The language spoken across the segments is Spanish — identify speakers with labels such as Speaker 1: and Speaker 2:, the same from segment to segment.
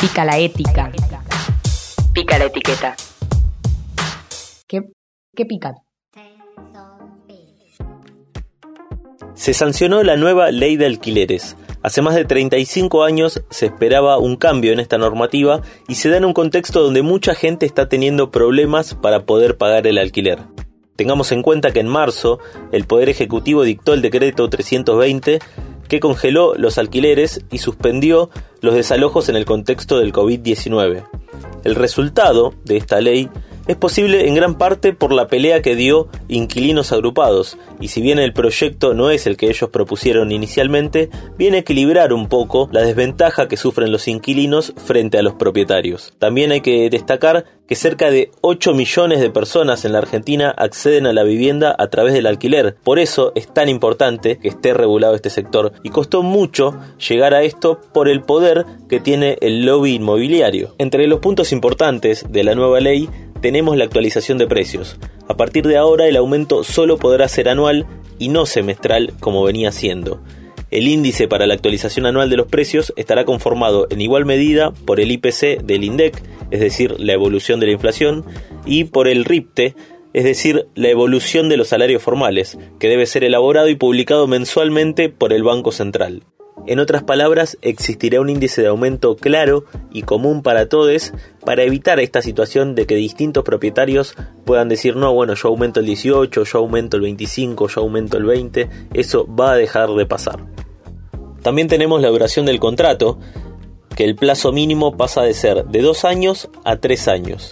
Speaker 1: Pica la ética.
Speaker 2: Pica la etiqueta.
Speaker 1: ¿Qué, qué pica?
Speaker 3: Se sancionó la nueva ley de alquileres. Hace más de 35 años se esperaba un cambio en esta normativa y se da en un contexto donde mucha gente está teniendo problemas para poder pagar el alquiler. Tengamos en cuenta que en marzo el Poder Ejecutivo dictó el decreto 320 que congeló los alquileres y suspendió los desalojos en el contexto del COVID-19. El resultado de esta ley es posible en gran parte por la pelea que dio Inquilinos Agrupados, y si bien el proyecto no es el que ellos propusieron inicialmente, viene a equilibrar un poco la desventaja que sufren los inquilinos frente a los propietarios. También hay que destacar que cerca de 8 millones de personas en la Argentina acceden a la vivienda a través del alquiler. Por eso es tan importante que esté regulado este sector y costó mucho llegar a esto por el poder que tiene el lobby inmobiliario. Entre los puntos importantes de la nueva ley tenemos la actualización de precios. A partir de ahora el aumento solo podrá ser anual y no semestral como venía siendo. El índice para la actualización anual de los precios estará conformado en igual medida por el IPC del INDEC, es decir, la evolución de la inflación, y por el RIPTE, es decir, la evolución de los salarios formales, que debe ser elaborado y publicado mensualmente por el Banco Central. En otras palabras, existirá un índice de aumento claro y común para todos para evitar esta situación de que distintos propietarios puedan decir, no, bueno, yo aumento el 18, yo aumento el 25, yo aumento el 20, eso va a dejar de pasar. También tenemos la duración del contrato, que el plazo mínimo pasa de ser de 2 años a 3 años.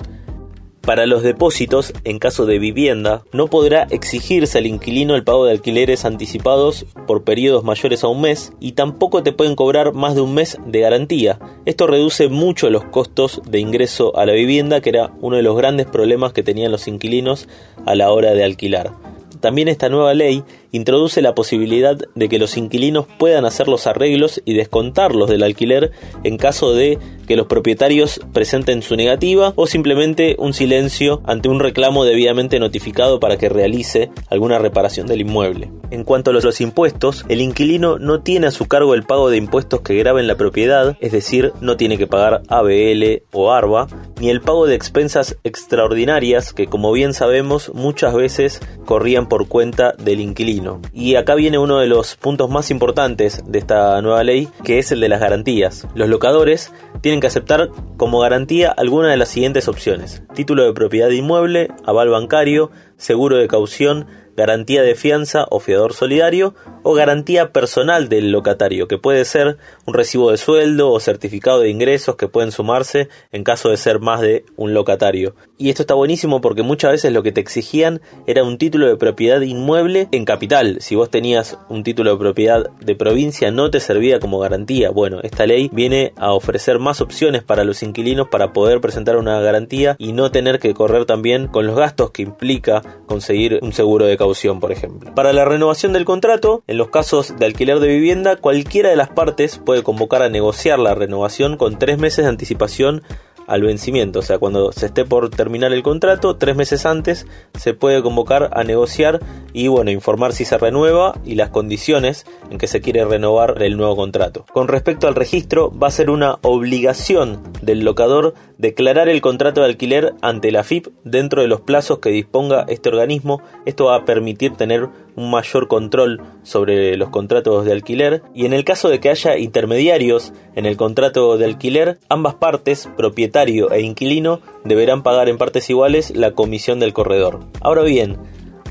Speaker 3: Para los depósitos, en caso de vivienda, no podrá exigirse al inquilino el pago de alquileres anticipados por periodos mayores a un mes y tampoco te pueden cobrar más de un mes de garantía. Esto reduce mucho los costos de ingreso a la vivienda, que era uno de los grandes problemas que tenían los inquilinos a la hora de alquilar. También esta nueva ley introduce la posibilidad de que los inquilinos puedan hacer los arreglos y descontarlos del alquiler en caso de que los propietarios presenten su negativa o simplemente un silencio ante un reclamo debidamente notificado para que realice alguna reparación del inmueble. En cuanto a los, los impuestos, el inquilino no tiene a su cargo el pago de impuestos que graben la propiedad, es decir, no tiene que pagar ABL o ARBA, ni el pago de expensas extraordinarias que como bien sabemos muchas veces corrían por cuenta del inquilino. Y acá viene uno de los puntos más importantes de esta nueva ley, que es el de las garantías. Los locadores tienen que aceptar como garantía alguna de las siguientes opciones. Título de propiedad de inmueble, aval bancario, seguro de caución, garantía de fianza o fiador solidario o garantía personal del locatario, que puede ser un recibo de sueldo o certificado de ingresos que pueden sumarse en caso de ser más de un locatario. Y esto está buenísimo porque muchas veces lo que te exigían era un título de propiedad inmueble en capital. Si vos tenías un título de propiedad de provincia no te servía como garantía. Bueno, esta ley viene a ofrecer más opciones para los inquilinos para poder presentar una garantía y no tener que correr también con los gastos que implica conseguir un seguro de caución, por ejemplo. Para la renovación del contrato, en los casos de alquiler de vivienda, cualquiera de las partes puede convocar a negociar la renovación con tres meses de anticipación al vencimiento, o sea, cuando se esté por terminar el contrato, tres meses antes se puede convocar a negociar y bueno, informar si se renueva y las condiciones en que se quiere renovar el nuevo contrato. Con respecto al registro, va a ser una obligación del locador declarar el contrato de alquiler ante la FIP dentro de los plazos que disponga este organismo. Esto va a permitir tener un mayor control sobre los contratos de alquiler y en el caso de que haya intermediarios en el contrato de alquiler, ambas partes, propietario e inquilino, deberán pagar en partes iguales la comisión del corredor. Ahora bien,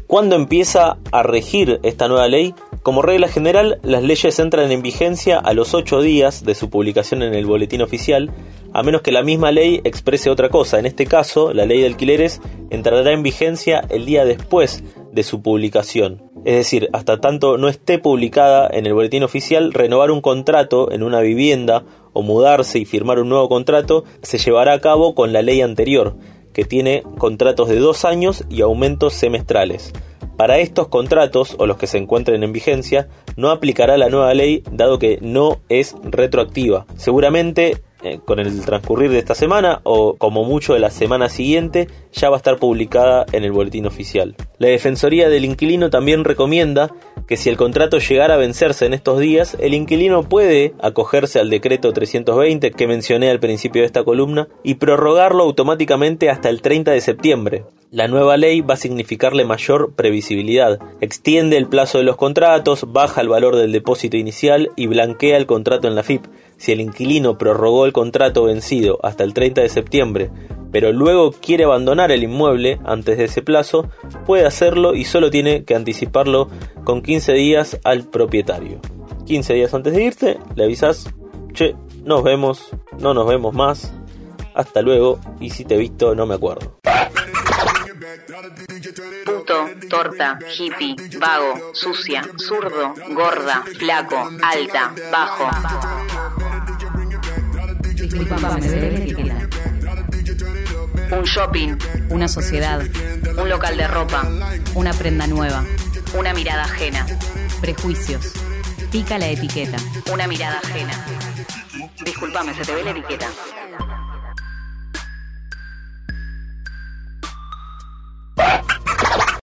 Speaker 3: ¿cuándo empieza a regir esta nueva ley? Como regla general, las leyes entran en vigencia a los 8 días de su publicación en el boletín oficial, a menos que la misma ley exprese otra cosa. En este caso, la ley de alquileres entrará en vigencia el día después de su publicación. Es decir, hasta tanto no esté publicada en el boletín oficial, renovar un contrato en una vivienda o mudarse y firmar un nuevo contrato se llevará a cabo con la ley anterior, que tiene contratos de dos años y aumentos semestrales. Para estos contratos o los que se encuentren en vigencia, no aplicará la nueva ley dado que no es retroactiva. Seguramente eh, con el transcurrir de esta semana o como mucho de la semana siguiente ya va a estar publicada en el boletín oficial. La Defensoría del Inquilino también recomienda que si el contrato llegara a vencerse en estos días, el inquilino puede acogerse al decreto 320 que mencioné al principio de esta columna y prorrogarlo automáticamente hasta el 30 de septiembre. La nueva ley va a significarle mayor previsibilidad, extiende el plazo de los contratos, baja el valor del depósito inicial y blanquea el contrato en la FIP. Si el inquilino prorrogó el contrato vencido hasta el 30 de septiembre, pero luego quiere abandonar el inmueble antes de ese plazo, puede hacerlo y solo tiene que anticiparlo con 15 días al propietario. 15 días antes de irte, le avisas, che, nos vemos, no nos vemos más, hasta luego y si te he visto no me acuerdo.
Speaker 2: Puto, torta, hippie, vago, sucia, zurdo, gorda, flaco, alta, bajo.
Speaker 1: Disculpame, breve etiqueta.
Speaker 2: Un shopping,
Speaker 1: Una sociedad,
Speaker 2: un local de ropa,
Speaker 1: una prenda nueva,
Speaker 2: una mirada ajena,
Speaker 1: prejuicios. Pica la etiqueta.
Speaker 2: una mirada ajena. Disculpame, se te ve la etiqueta.